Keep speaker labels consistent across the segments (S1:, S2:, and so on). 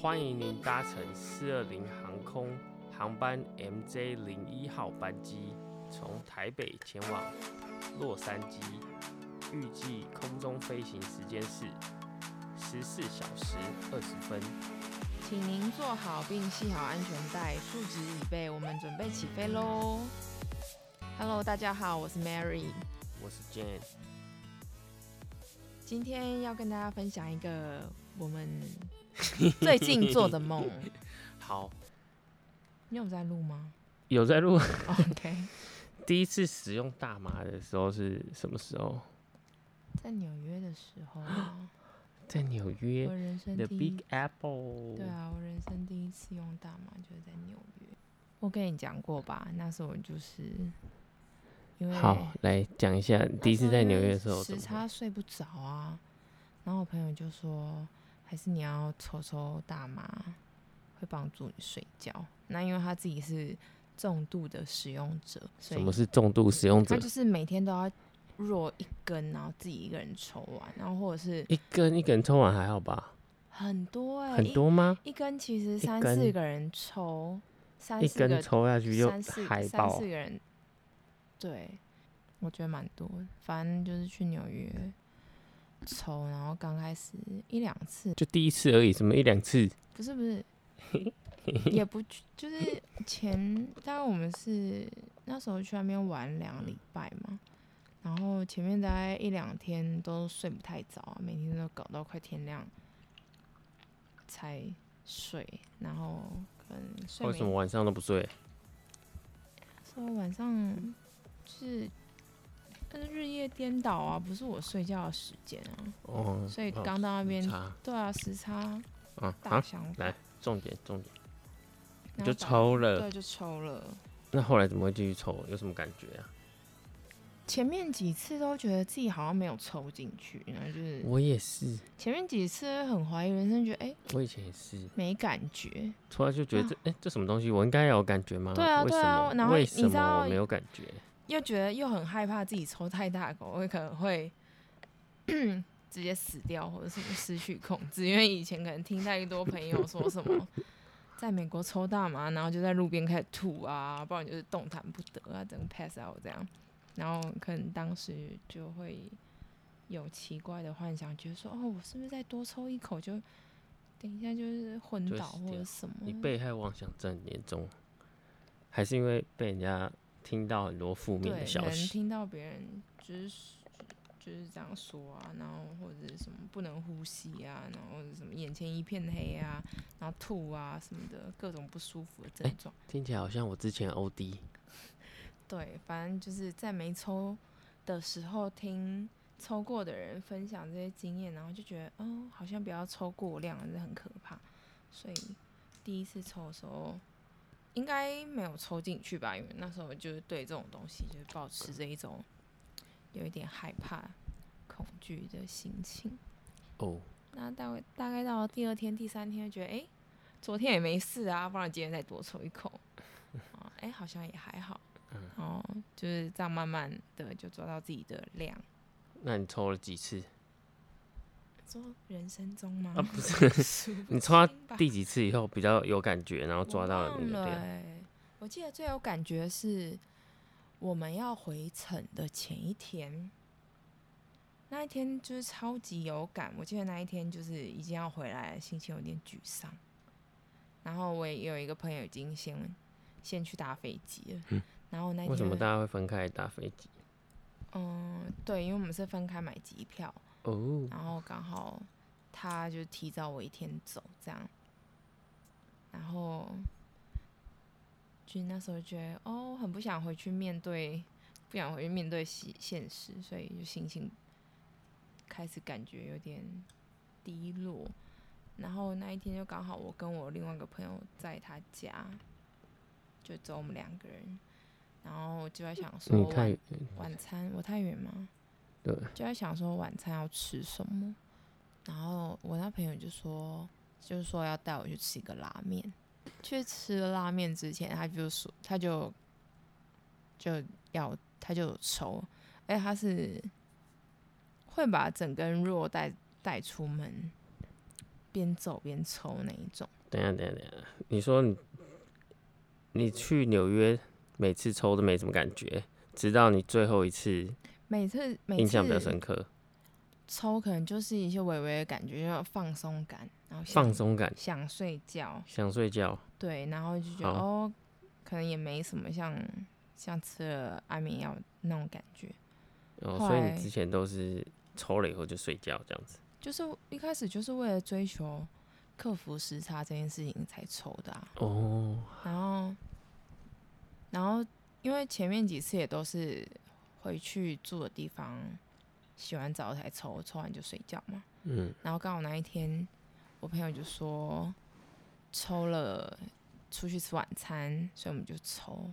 S1: 欢迎您搭乘四二零航空航班 MJ 零一号班机，从台北前往洛杉矶，预计空中飞行时间是十四小时二十分。
S2: 请您坐好并系好安全带，竖直椅背，我们准备起飞喽！Hello，大家好，我是 Mary。
S1: 我是 Jane，
S2: 今天要跟大家分享一个 我们最近做的梦。
S1: 好，
S2: 你有在录吗、哦
S1: 有在录。
S2: o k
S1: 第一次使用大麻的时候是什么时候？
S2: 在纽约的时 候啊，
S1: 在纽
S2: 我
S1: 约
S2: 人生
S1: ，The
S2: 第一
S1: Big Apple。
S2: 对啊，我人生第一次用大麻就是在纽约。我跟你讲过吧，那时候我就是因为
S1: 好，来讲一下你第一次在纽约的时候怎么会。
S2: 时差睡不着啊，然后我朋友就说，还是你要抽抽大麻，会帮助你睡觉。那因为他自己是重度的使用者，所
S1: 什么
S2: 以
S1: 是重度使用者
S2: 他？就是每天都要弱一根，然后自己一个人抽完，然后或者是
S1: 一根一根抽完还好吧？
S2: 很多哎、
S1: 很多吗？
S2: 一一根其实三
S1: 根
S2: 四个人抽，三
S1: 一
S2: 四个
S1: 根抽下去就
S2: 三四
S1: 嗨
S2: 三
S1: 爆
S2: 四个，人，对，我觉得蛮多的。反正就是去纽约抽，然后刚开始一两次，
S1: 就第一次而已，什么一两次？
S2: 不是不是，也不去就是前，大概我们是那时候去那边玩两个礼拜嘛，然后前面大概一两天都睡不太着啊，每天都搞到快天亮才睡，然后可能睡
S1: 为
S2: 眠
S1: 什么晚上都不睡？
S2: 说晚上是，但是日夜颠倒啊，不是我睡觉的时间啊，
S1: 哦，
S2: 所以
S1: 哦
S2: 刚到那边，
S1: 查
S2: 对啊，时差
S1: 啊
S2: 大
S1: 啊！
S2: 相反，
S1: 来，重点重点，你
S2: 然
S1: 就
S2: 后早，
S1: 抽了
S2: 对，，就抽了。
S1: 那后来怎么会继续抽？有什么感觉啊？
S2: 前面几次都觉得自己好像没有抽进去，然后就是
S1: 我也是，
S2: 前面几次很怀疑人生，觉得哎、
S1: 我以前也是，
S2: 没感觉，
S1: 抽下去就觉得这哎这什么东西，我应该要有感觉吗？
S2: 啊对啊
S1: 为
S2: 对
S1: 什
S2: 啊
S1: 么
S2: 然后
S1: 为
S2: 你
S1: 什
S2: 知
S1: 么我
S2: 道
S1: 没有感觉？
S2: 又觉得又很害怕自己抽太大口，我可能会 直接死掉，或者是失去控制。因为以前可能听太多朋友说什么，在美国抽大麻，然后就在路边开始吐啊，不然就是动弹不得啊，整个 pass out 这样。然后可能当时就会有奇怪的幻想，觉得说哦，我是不是再多抽一口就等一下就是昏
S1: 就会
S2: 倒
S1: 死
S2: 或
S1: 掉
S2: 者什么？
S1: 你被害妄想症很严重，还是因为被人家听到很多负面
S2: 对，
S1: 的消
S2: 可能
S1: 息？
S2: 听到别人就是就是这样说啊，然后或者是什么不能呼吸啊，然后或者什么眼前一片黑啊，然后吐啊什么的各种不舒服的症状。
S1: 听起来好像我之前 OD
S2: 对，反正就是在没抽的时候听抽过的人分享这些经验，然后就觉得哦，好像不要抽过量，这很可怕。所以第一次抽的时候。应该没有抽进去吧，因为那时候就是对这种东西就是保持着一种有一点害怕、恐惧的心情。
S1: 哦，
S2: 那大概大概到第二天、第三天，就觉得哎、诶昨天也没事啊，不然今天再多抽一口， 啊，哎、好像也还好，
S1: 嗯
S2: 然后就是这样慢慢的就抓到自己的量。
S1: 那你抽了几次？
S2: 说人生中吗？
S1: 啊不是
S2: 数不
S1: 你抽到
S2: 清吧
S1: 第几次以后比较有感觉，然后
S2: 我
S1: 抓到了
S2: 啊忘
S1: 那个
S2: 了
S1: 量？
S2: 欸我记得最有感觉是我们要回程的前一天，那一天就是超级有感。我记得那一天就是已经要回来了，心情有点沮丧。然后我也有一个朋友已经先先去搭飞机了，然后那天
S1: 嗯为什么
S2: 就
S1: 大家会分开打飞机？
S2: 嗯，对，因为我们是分开买机票，
S1: 哦，
S2: 然后刚好他就提早我一天走这样，然后就那时候觉得哦，很不想回去面对，不想回去面对现现实，所以就心情开始感觉有点低落。然后那一天就刚好我跟我另外一个朋友在他家，就只有我们两个人，然后就在想说
S1: 嗯你
S2: 晚
S1: 看，
S2: 晚餐我太远吗？
S1: 对，
S2: 就在想说晚餐要吃什么，然后我那朋友就说，就是说要带我去吃一个拉面。去吃拉面之前，他就说他就就要他就有抽，哎，他是会把整根肉带带出门，边走边抽那一种。
S1: 等一下等一下等一下，你说你你去纽约每次抽都没什么感觉，直到你最后一次
S2: 每次每
S1: 印象比较
S2: 次
S1: 深刻，
S2: 抽可能就是一些微微的感觉，就放松感，然后想
S1: 放松感，
S2: 想睡觉，
S1: 想睡觉。
S2: 对，然后就觉得
S1: 好
S2: 哦，可能也没什么像像吃了安眠药那种感觉，
S1: 哦，
S2: 后
S1: 所以
S2: 来
S1: 你之前都是抽了以后就睡觉这样子。
S2: 就是一开始就是为了追求克服时差这件事情才抽的啊。
S1: 哦，
S2: 然后，然后因为前面几次也都是回去住的地方，洗完澡才抽，抽完就睡觉嘛。
S1: 嗯，
S2: 然后刚好那一天，我朋友就说抽了出去吃晚餐，所以我们就抽，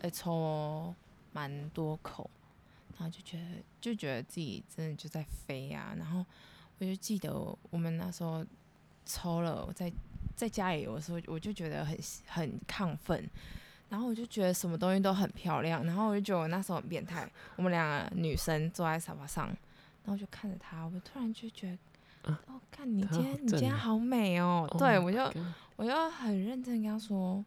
S2: 呃，抽蛮多口，然后就觉得就觉得自己真的就在飞啊。然后我就记得我们那时候抽了，我在在家里有的时候我就觉得很很亢奋。然后我就觉得什么东西都很漂亮，然后我就觉得我那时候很变态。我们两个女生坐在沙发上，然后我就看着她，我突然就觉得哦，看你
S1: 她
S2: 今
S1: 好
S2: 天，你今
S1: 正
S2: 天
S1: 啊
S2: 好美哦！
S1: Oh
S2: 对
S1: my
S2: 我就
S1: God
S2: 我就很认真地跟他说，我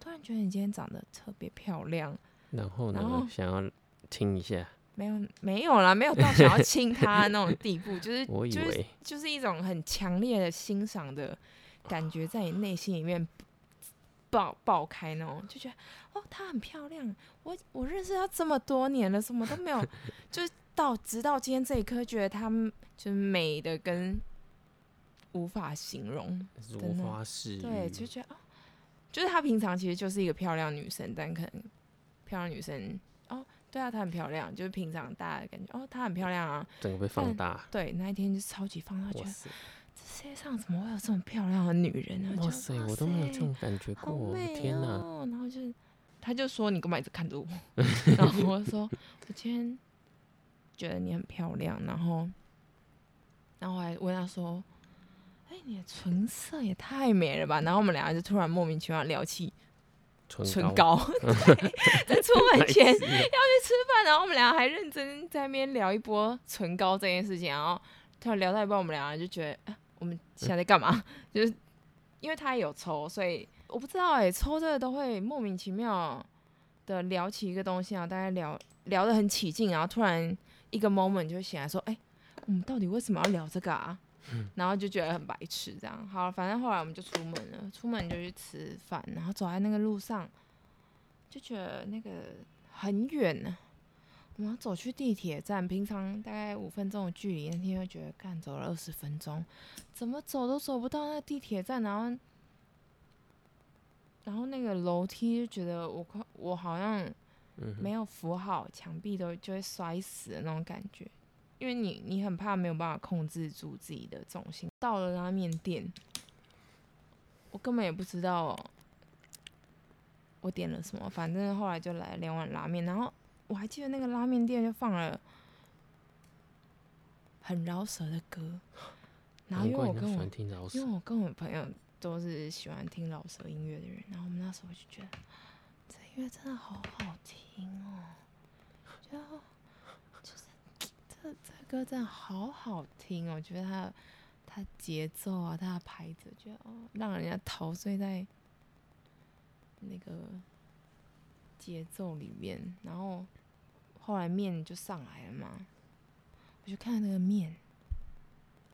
S2: 突然觉得你今天长得特别漂亮。
S1: 然后
S2: 然后
S1: 呢，想要听一下，
S2: 没有没有啦，没有到想要亲他那种 地步，就是
S1: 我以
S2: 就是
S1: 为
S2: 就是一种很强烈的欣赏的感觉，在你内心里面爆爆开那种，就觉得哦，她很漂亮，我我认识她这么多年了，什么都 没有，就是到直到今天这一刻，觉得她就是美的跟无法形容。
S1: 如
S2: 真的
S1: 花似玉，
S2: 对，就觉得哦，就是她平常其实就是一个漂亮女生，但可能漂亮女生哦，对啊，她很漂亮，就是平常大家的感觉哦，她很漂亮啊。
S1: 整个被
S2: 但
S1: 放大。
S2: 对，那一天就超级放大，觉
S1: 哇
S2: 得
S1: 塞，
S2: 这世界上怎么会有这么漂亮的女人呢？
S1: 哇
S2: 就
S1: 塞，我都没有这种感觉
S2: 好
S1: 过，
S2: 美
S1: 天哪！
S2: 哦！然后就是他就说你干嘛一直看 着我？然后我就说我今天觉得你很漂亮，然后然后我还问他说，哎、你的唇色也太美了吧！然后我们俩就突然莫名其妙聊起唇
S1: 唇膏，
S2: 膏， 啊对，在出 门前
S1: 白
S2: 要去
S1: 痴
S2: 吃饭，然后我们俩还认真在那边聊一波唇膏这件事情，然后突然聊到一半，我们俩就觉得，啊、我们现在在干嘛？ 就是因为他也有抽，所以我不知道哎、抽这个都会莫名其妙的聊起一个东西，然后大家聊聊得很起劲，然后突然一个 moment 就醒来说，哎、我们到底为什么要聊这个啊？然后就觉得很白痴，这样好，反正后来我们就出门了，出门就去吃饭，然后走在那个路上，就觉得那个很远啊呢、我们要走去地铁站，平常大概五分钟的距离，那天就觉得干走了二十分钟，怎么走都走不到那个地铁站，然后，然后那个楼梯就觉得我快我好像
S1: 嗯哼
S2: 没有扶好墙壁都就会摔死的那种感觉，因为你你很怕没有办法控制住自己的重心。到了拉面店，我根本也不知道我点了什么，反正后来就来了两碗拉面，然后我还记得那个拉面店就放了很饶舌的歌，然
S1: 哦难
S2: 后因为
S1: 怪
S2: 我
S1: 你那么
S2: 跟
S1: 喜
S2: 我
S1: 欢听饶舌
S2: 因为我跟我朋友都是喜欢听老舌音乐的人，然后我们那时候就觉得这音乐真的好好听哦，就就是这这歌真的好好听哦，我觉得它的它的节奏啊，它的拍子，觉得哦，让人家陶醉在那个节奏里面。然后后来面就上来了嘛，我就看那个面，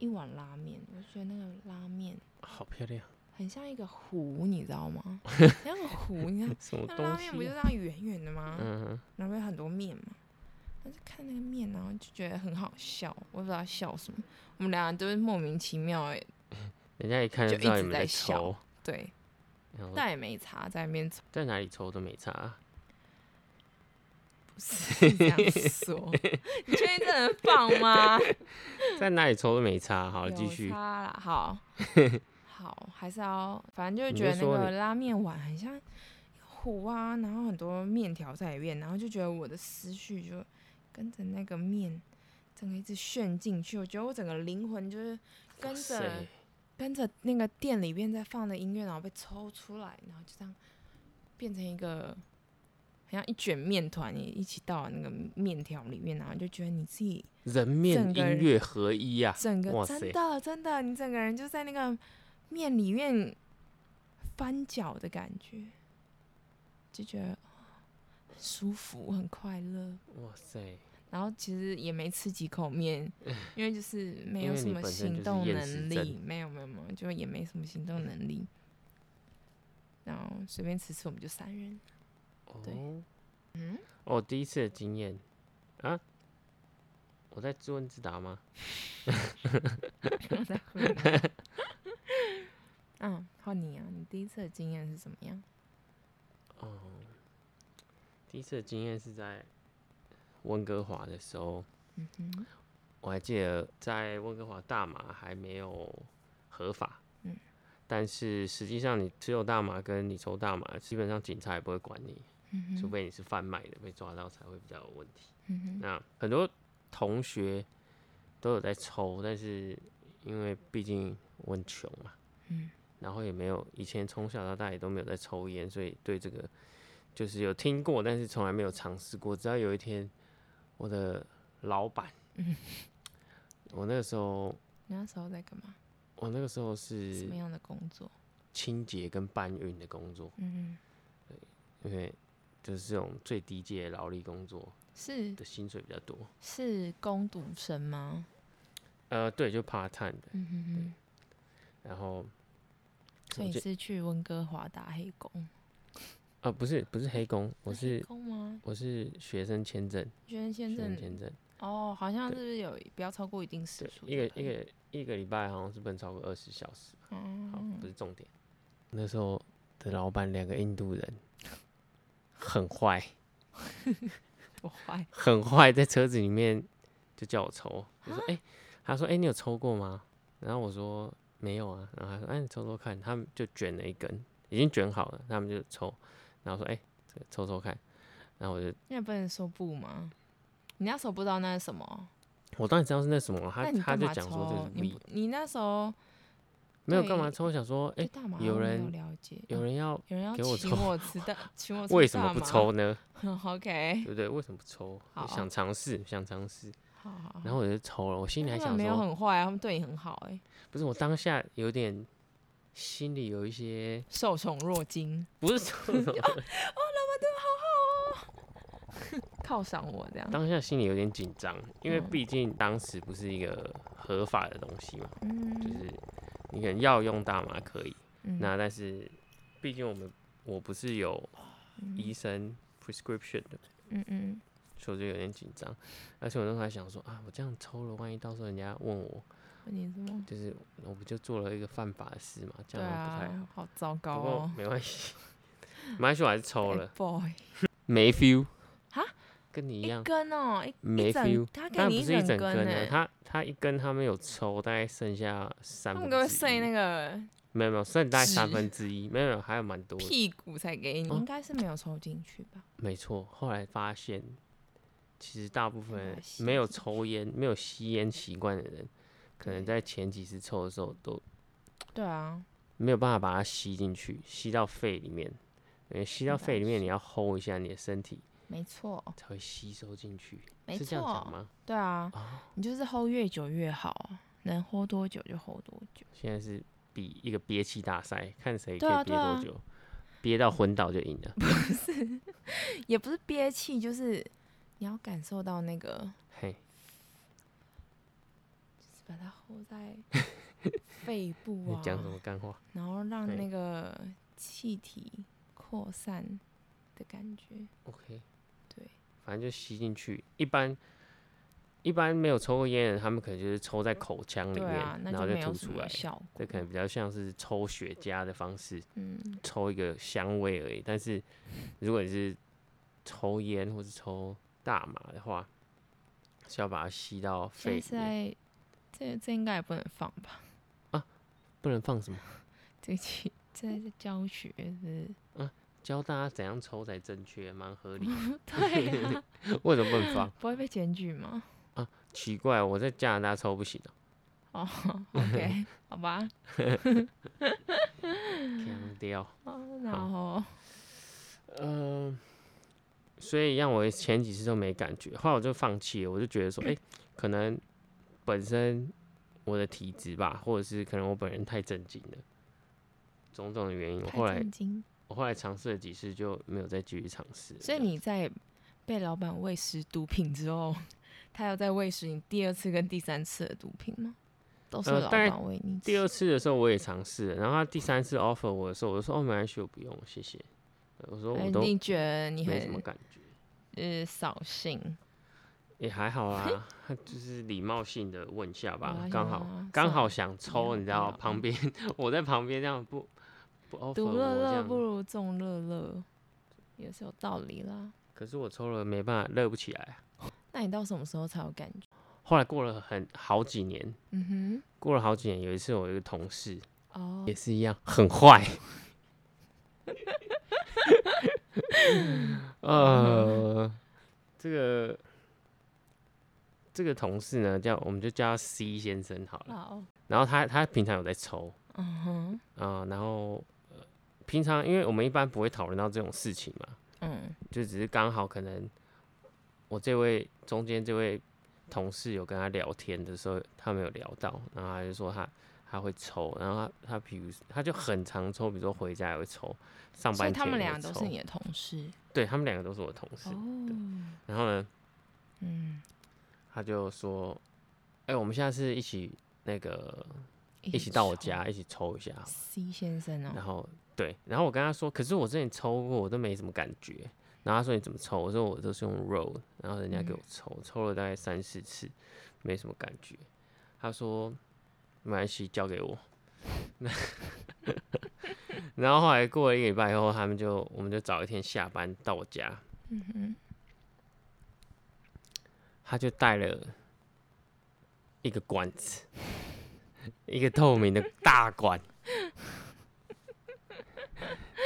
S2: 一碗拉面，我就觉得那个拉面
S1: 好漂亮，
S2: 很像一个湖，你知 道吗？很像个湖，你看
S1: 什么
S2: 那拉
S1: 东
S2: 面不
S1: 西
S2: 就这
S1: 啊？
S2: 样圆圆的吗？
S1: 嗯哼，
S2: 然后有很多面嘛，我就看那个面，然后就觉得很好笑，我也不知道笑什么。我们俩都是莫名其妙哎、
S1: 人家一看
S2: 就
S1: 知道
S2: 一
S1: 你
S2: 直
S1: 们
S2: 在笑
S1: 抽，
S2: 对，
S1: 然后
S2: 但也没差，在 那边 抽
S1: 在哪里抽都没差啊。
S2: 不是这样说， 你确定真的放吗？
S1: 在哪里抽都没差。好，
S2: 有
S1: 继续
S2: 差。啦， 好，好，还是要，反正就
S1: 你
S2: 觉得
S1: 就
S2: 那
S1: 说
S2: 个
S1: 你
S2: 拉面碗很像一个糊啊，然后很多面条在里面，然后就觉得我的思绪就跟着那个面，整个一直炫进去。我觉得我整个灵魂就是跟
S1: 哇
S2: 着
S1: 塞
S2: 跟着那个店里面在放的音乐，然后被抽出来，然后就这样变成一个好像一卷面团也一起到了那个面条里面，然后就觉得你自己
S1: 人面
S2: 整个
S1: 音
S2: 人
S1: 乐合一啊，
S2: 整
S1: 哇
S2: 个
S1: 塞
S2: 真的真的，你整个人就在那个面里面翻搅的感觉，就觉得很舒服，很快乐。
S1: 哇塞！
S2: 然后其实也没吃几 口面，因为就是没
S1: 因
S2: 有
S1: 为
S2: 什
S1: 你
S2: 么
S1: 本身就
S2: 行
S1: 是
S2: 动
S1: 厌食
S2: 能
S1: 症
S2: 力，没有没有没有，就也没什么行动能力。然后随便吃吃，我们就三人。对
S1: 哦，
S2: 嗯，
S1: 我第一次的经验啊，我在自问自答吗？
S2: 我在喝你 嗯，换你啊，你第一次的经验是怎么样？
S1: 哦，第一次的经验是在温哥华的时候，
S2: 嗯哼，
S1: 我还记得在温哥华大麻还没有合法，
S2: 嗯，
S1: 但是实际上你持有大麻跟你抽大麻，基本上警察也不会管你，
S2: 嗯
S1: 除
S2: 哼，
S1: 非你是贩卖的被抓到才会比较有问题。
S2: 嗯哼，
S1: 那很多同学都有在抽，但是因为毕竟我很穷嘛，
S2: 嗯，
S1: 然后也没有以前从小到大也都没有在抽烟，所以对这个就是有听过，但是从来没有尝试过。直到有一天，我的老 板，
S2: 嗯
S1: 我那个时候，
S2: 你那时候在干嘛？
S1: 我那个时候
S2: 什
S1: 是
S2: 么样的工作？
S1: 清洁跟搬运的工作，
S2: 嗯，
S1: 因为就是这种最低阶的劳力工作
S2: 是
S1: 的薪水比较多。
S2: 是工读生吗？
S1: 呃，对，就 part time 的，
S2: 嗯哼哼，
S1: 然后。
S2: 所以
S1: 我
S2: 你
S1: 就是
S2: 去温哥华打黑工？
S1: 啊，不是不是黑工，我
S2: 那黑
S1: 是
S2: 工吗？
S1: 我是学生签证，
S2: 学生
S1: 学
S2: 签
S1: 生
S2: 证
S1: 签证，
S2: 哦，好像是
S1: 对
S2: 不是有不要超过一定时
S1: 对，
S2: 数就
S1: 一
S2: 可
S1: 个
S2: 以？
S1: 一个一个礼拜好像是不能超过二十小时，好，
S2: 哦，
S1: 不是重点。那时候的老板两个印度人，很坏，
S2: 多坏，
S1: 很坏，在车子里面就叫我抽，我
S2: 啊
S1: 说哎、他说哎、你有抽过吗？然后我说没有啊，然后他说哎、你抽抽看，他们就卷了一根，已经卷好了，他们就抽，然后说哎、这个抽抽看，然后我就
S2: 那也不能说不吗？你那时候不知道那是什么，
S1: 我当然知道是那什么了，
S2: 那
S1: 他
S2: 你
S1: 他
S2: 干
S1: 就
S2: 嘛
S1: 讲说这
S2: 抽
S1: 是？
S2: 你
S1: V，
S2: 不你那时候
S1: 没有干嘛
S2: 对
S1: 抽，想说哎、
S2: 对大麻
S1: 有
S2: 好像没
S1: 人
S2: 有了解，
S1: 有
S2: 哦
S1: 人要
S2: 有人要
S1: 给我
S2: 请
S1: 抽
S2: 我吃的，请 我吃
S1: 为什么
S2: 大
S1: 不
S2: 麻
S1: 抽呢？
S2: ？OK，
S1: 对不对？为什么不抽？
S2: 好
S1: 想尝试，想尝试，
S2: 好好好。
S1: 然后我就抽了。我心里
S2: 那
S1: 还
S2: 他
S1: 想
S2: 们没有
S1: 说，
S2: 很坏啊，他们对你很好哎、
S1: 不是我当下有点心里有一些
S2: 受宠若惊，
S1: 不是抽 什么，
S2: 犒赏我这样。
S1: 当下心里有点紧张，因为
S2: 嗯
S1: 毕竟当时不是一个合法的东西嘛，就
S2: 嗯，
S1: 是你可能要用大麻可以，
S2: 嗯
S1: 那但是毕竟我们我不是有医
S2: 嗯
S1: 生 prescription 的。
S2: 嗯嗯，
S1: 所以我就有点紧张。而且我那时候还想说啊，我这样抽了，万一到时候人家问我，
S2: 问你什么？
S1: 就是我不就做了一个犯法的事嘛，这
S2: 对
S1: 样不太好。
S2: 啊，好糟糕
S1: 不过
S2: 哦。哎
S1: 没关系，没关系，我还是抽了，
S2: boy，
S1: 没 feel。
S2: 哈？
S1: 跟你一
S2: 一
S1: 样，
S2: 根哦，一
S1: 没
S2: 一整
S1: feel
S2: 他给
S1: 当然
S2: 你
S1: 不是
S2: 整欸
S1: 整根
S2: 呢、
S1: 啊，他他一根他没有抽，大概剩下
S2: 他
S1: 三
S2: 们
S1: 分
S2: 给我
S1: 之
S2: 塞
S1: 一。
S2: 那个
S1: 没有没有，剩大概三
S2: 纸
S1: 分之一，没有没有，还有蛮多的。
S2: 屁股才给你，
S1: 哦
S2: 应该是没有抽进去吧？
S1: 没错，后来发现，其实大部
S2: 把它
S1: 分
S2: 吸
S1: 没有
S2: 进
S1: 抽烟、没有吸烟习惯的人，可能
S2: 对
S1: 在前几次抽的时候都
S2: 对啊，
S1: 没有办法把它吸进去，吸到肺里面。因为吸到
S2: 应该
S1: 肺里面，
S2: 是
S1: 你要 hold 一下你的身体
S2: 没错，
S1: 才会吸收进去，
S2: 没
S1: 是这样讲
S2: 错，
S1: 吗？
S2: 对啊，
S1: 哦，
S2: 你就是 hold 越久越好啊，能 hold 多久就 hold 多久。
S1: 现在是比一个憋气大赛，看谁可
S2: 对啊
S1: 以憋
S2: 对啊
S1: 多久，憋到昏倒就赢了。
S2: 也不是憋气，就是你要感受到那个，
S1: 嘿，
S2: 就是把它 hold 在肺部
S1: 你
S2: 啊，
S1: 讲什么干话？
S2: 然后让
S1: 对
S2: 那个气体扩散的感觉。
S1: OK，
S2: 对，
S1: 反正就吸进去。一般一般没有抽过烟的人，他们可能就是抽在口腔里
S2: 对
S1: 面，
S2: 啊，那
S1: 然后
S2: 没有
S1: 吐
S2: 什
S1: 出
S2: 么
S1: 来。
S2: 效果。
S1: 这可能比较像是抽雪茄的方式，
S2: 嗯，
S1: 抽一个香味而已。但是如果你是抽烟或是抽大麻的话，是要把它吸到肺
S2: 现
S1: 里面，
S2: 在这这应该也不能放吧？
S1: 不能放什么。
S2: 这期这是教学是不是？
S1: 教大家怎样抽才正确，蛮合理的。
S2: 对啊，
S1: 为什么不能放？
S2: 不会被检举 吗？
S1: 奇怪，我在加拿大抽不行 的、
S2: 哦，OK，好吧。
S1: 强调。
S2: 哦然后
S1: 嗯、所以让我前几次都没感觉，后来我就放弃了，我就觉得说，哎、可能本身我的体质吧，或者是可能我本人太震惊了，种种的原因，我后
S2: 太
S1: 来
S2: 震惊。
S1: 我后来尝试了几次就没有再继续尝试了。
S2: 所以你在被老板喂食毒品之后，他要再喂食你第二次跟第三次的毒品吗？都是
S1: 呃
S2: 老
S1: 当然
S2: 板喂你吃。
S1: 第二次的时候我也尝试了，然后他第三次 offer 我的时候，我就说哦没关系，我不用，谢谢。对我说
S2: 哎
S1: 我都
S2: 你觉得你
S1: 没什么
S2: 很
S1: 感觉，
S2: 呃扫兴？
S1: 也还好啦， 就是礼貌性的问一下
S2: 我
S1: 吧
S2: 要，
S1: 刚
S2: 想
S1: 好
S2: 啊
S1: 刚
S2: 算
S1: 好
S2: 了
S1: 想
S2: 要
S1: 抽，你知
S2: 不要
S1: 道
S2: 吧
S1: 旁边我在旁边这样不不 offer
S2: 独
S1: 我
S2: 乐
S1: 这
S2: 乐不
S1: 样，
S2: 如众乐乐，也是有道理啦。
S1: 可是我抽了没办法乐不起来啊。
S2: 那你到什么时候才有感觉？
S1: 后来过了很好几年，
S2: 嗯
S1: 过了好几年，有一次我有一个同事
S2: 哼，哦
S1: 也，是一样很坏， 呃，这个这个同事呢叫我们就叫他 C 先生好了，
S2: 好，
S1: 然后他他平常有在抽。
S2: 嗯哼，
S1: 啊、然后、呃平常因为我们一般不会讨论到这种事情嘛，
S2: 嗯，
S1: 就只是刚好可能我这位中间这位同事有跟他聊天的时候，他没有聊到，然后他就说他他会抽，然后他他比如他就很常抽，比如说回家也会抽，上
S2: 所以
S1: 班
S2: 他
S1: 前
S2: 们
S1: 也
S2: 俩
S1: 会
S2: 都
S1: 抽
S2: 是你的同事
S1: 对他们两个都是我同事，
S2: 哦，
S1: 然后呢
S2: 嗯，
S1: 他就说，哎、我们下次一起那个一
S2: 一
S1: 起到我
S2: 抽
S1: 家一起抽一下好了。
S2: ，C 先生哦，
S1: 然后对，然后我跟他说，可是我之前抽过，我都没什么感觉。然后他说你怎么抽？我说我都是用 roll，然后人家给
S2: 嗯
S1: 我抽，抽了大概三四次，没什么感觉。他说没关系，交给我。 那然后后来过了一个礼拜以后，他们就我们就早一天下班到我家，
S2: 嗯哼，
S1: 他就带了一个罐子，一个透明的大管。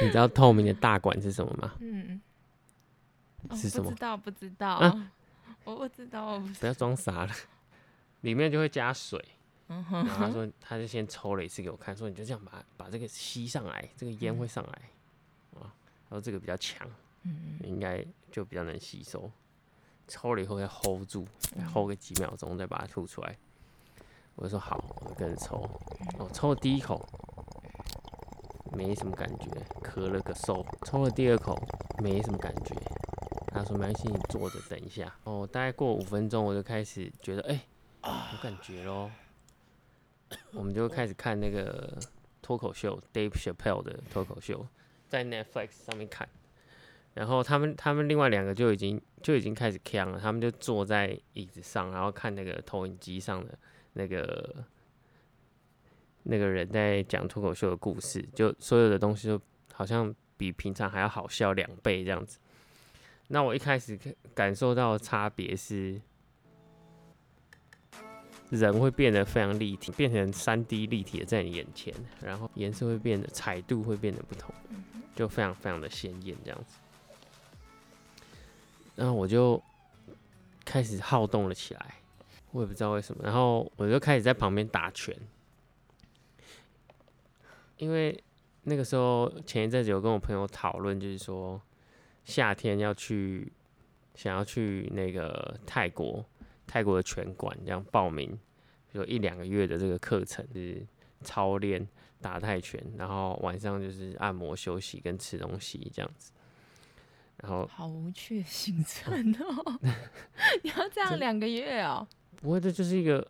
S1: 你知道透明的大管是什么吗？
S2: 嗯，哦
S1: 是什
S2: 不
S1: 么啊
S2: 知道，不知道，我不知道，我不知
S1: 不要装傻了，里面就会加水。
S2: 嗯
S1: 然后他说，他就先抽了一次给我看，说你就这样把把这个吸上来，这个烟会上来啊。然后这个比较强，
S2: 嗯
S1: 应该就比较能吸收。抽了以后要 hold 住，hold
S2: 嗯
S1: 个几秒钟再把它吐出来。我就说好，我就跟着抽。
S2: 嗯
S1: 我抽了第一口，没什么感觉，咳了个嗽。抽了第二口，没什么感觉。他说没关系，你坐着等一下。哦，大概过五分钟，我就开始觉得哎、有感觉咯。我们就开始看那个脱口秀，Dave Chappelle 的脱口秀，在 Netflix 上面看。然后他们他们另外两个就已经就已经开始呛了，他们就坐在椅子上，然后看那个投影机上的那个那个人在讲脱口秀的故事，就所有的东西都好像比平常还要好笑两倍这样子。那我一开始感感受到的差别是，人会变得非常立体，变成三 D 立体的在你眼前，然后颜色会变得彩度会变得不同，就非常非常的鲜艳这样子。然后我就开始好动了起来，我也不知道为什么，然后我就开始在旁边打拳，因为那个时候前一阵子有跟我朋友讨论，就是说夏天要去想要去那个泰国，泰国的拳馆这样报名，比如说一两个月的这个课程是操练打泰拳，然后晚上就是按摩休息跟吃东西这样子，然后
S2: 道，好无趣的行程 哦，你要这样
S1: 真
S2: 两个月哦，
S1: 不会，这就是一个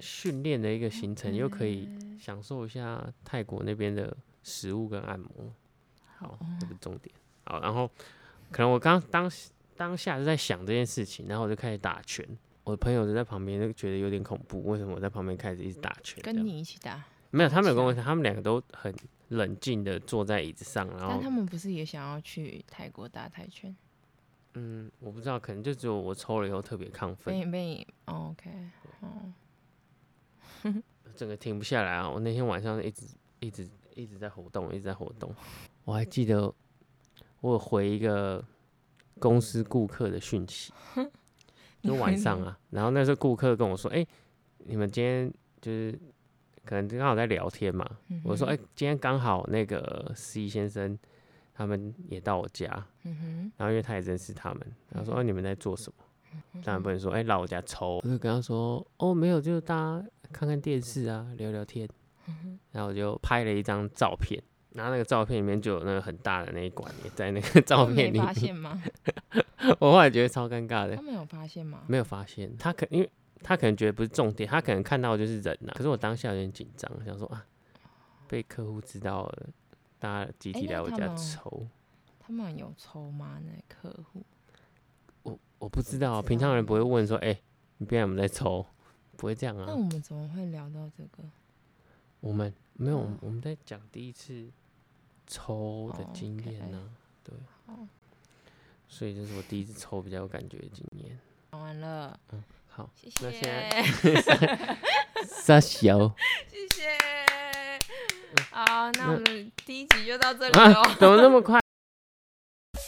S1: 训练的一个行程，又可以
S2: 嗯
S1: 享受一下泰国那边的食物跟按摩。好，这不是重点。好，然后可能我刚当时当下就在想这件事情，然后我就开始打拳。我的朋友就在旁边，就觉得有点恐怖。为什么我在旁边开始一直打拳这样？
S2: 跟你一起打，
S1: 没有，他们有
S2: 一
S1: 跟我
S2: 起
S1: 讲，他们两个都很冷静的坐在椅子上，然
S2: 但
S1: 后
S2: 他们不是也想要去泰国打泰拳？
S1: 嗯，我不知道，可能就只有我抽了以后特别亢奋，
S2: 被被你、哦、OK，哦，
S1: 整个停不下来啊！我那天晚上一直一直一直在活动，一直在活动。我还记得我有回一个公司顾客的讯息，就晚上啊。然后那时候顾客跟我说：“哎、你们今天就是
S2: 嗯
S1: 哎可能刚好在聊天嘛。”我说：“哎、今天刚好那个 C 先生他们也到我家，
S2: 嗯哼，
S1: 然后因为他也认识他们，他说：“哦、你们在做什么？”当
S2: 嗯
S1: 然不能说：“哎、来我家抽。”我就跟他说：“哦，没有，就是大家看看电视啊，聊聊天。”
S2: 嗯
S1: 然后我就拍了一张照片，然后那个照片里面就有那个很大的那一管，也在那个 照
S2: 他们
S1: 片里
S2: 没发
S1: 面。
S2: 现吗？
S1: 我后来觉得超尴尬的
S2: 他，们有发现吗？
S1: 没有发现他可因为他可能觉得不是重点，他可能看到的就是人啊呐、可是我当下有点紧张，想说啊，被客户知道了，大家集
S2: 哎
S1: 体
S2: 那
S1: 来我
S2: 他
S1: 家
S2: 们
S1: 抽。
S2: 他们有抽吗？那客户
S1: 我我不知道啊，
S2: 知
S1: 平
S2: 道
S1: 常人
S2: 吗
S1: 不会问说，哎、你别让我们在抽，不会这样
S2: 那
S1: 啊
S2: 我。们怎么会聊到这个？
S1: 我们没有
S2: 嗯，
S1: 我们在讲第一次抽的
S2: 哦
S1: 经
S2: ，OK
S1: 验呢、对
S2: 好。
S1: 所以这是我第一次抽比较有感觉的经验。
S2: 讲完了，
S1: 好，
S2: 谢
S1: 那
S2: 谢，
S1: 现在撒小
S2: 谢谢。好，那
S1: 那
S2: 我们第一集就到这里喽。
S1: 啊，怎么那么快？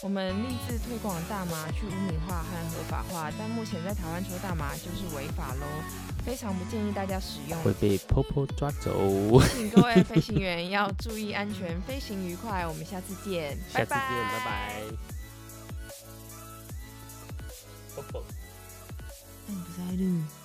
S2: 我们立志推广大麻去污名化和合法化，但目前在台湾抽大麻就是违法喽，非常不建议大家使用。
S1: 会被 Popo 抓走，
S2: 请各位飞行员要注意安全，飞行愉快，我们下次见，
S1: 下次见，拜拜。Popo。
S2: 嗯那你不是在录？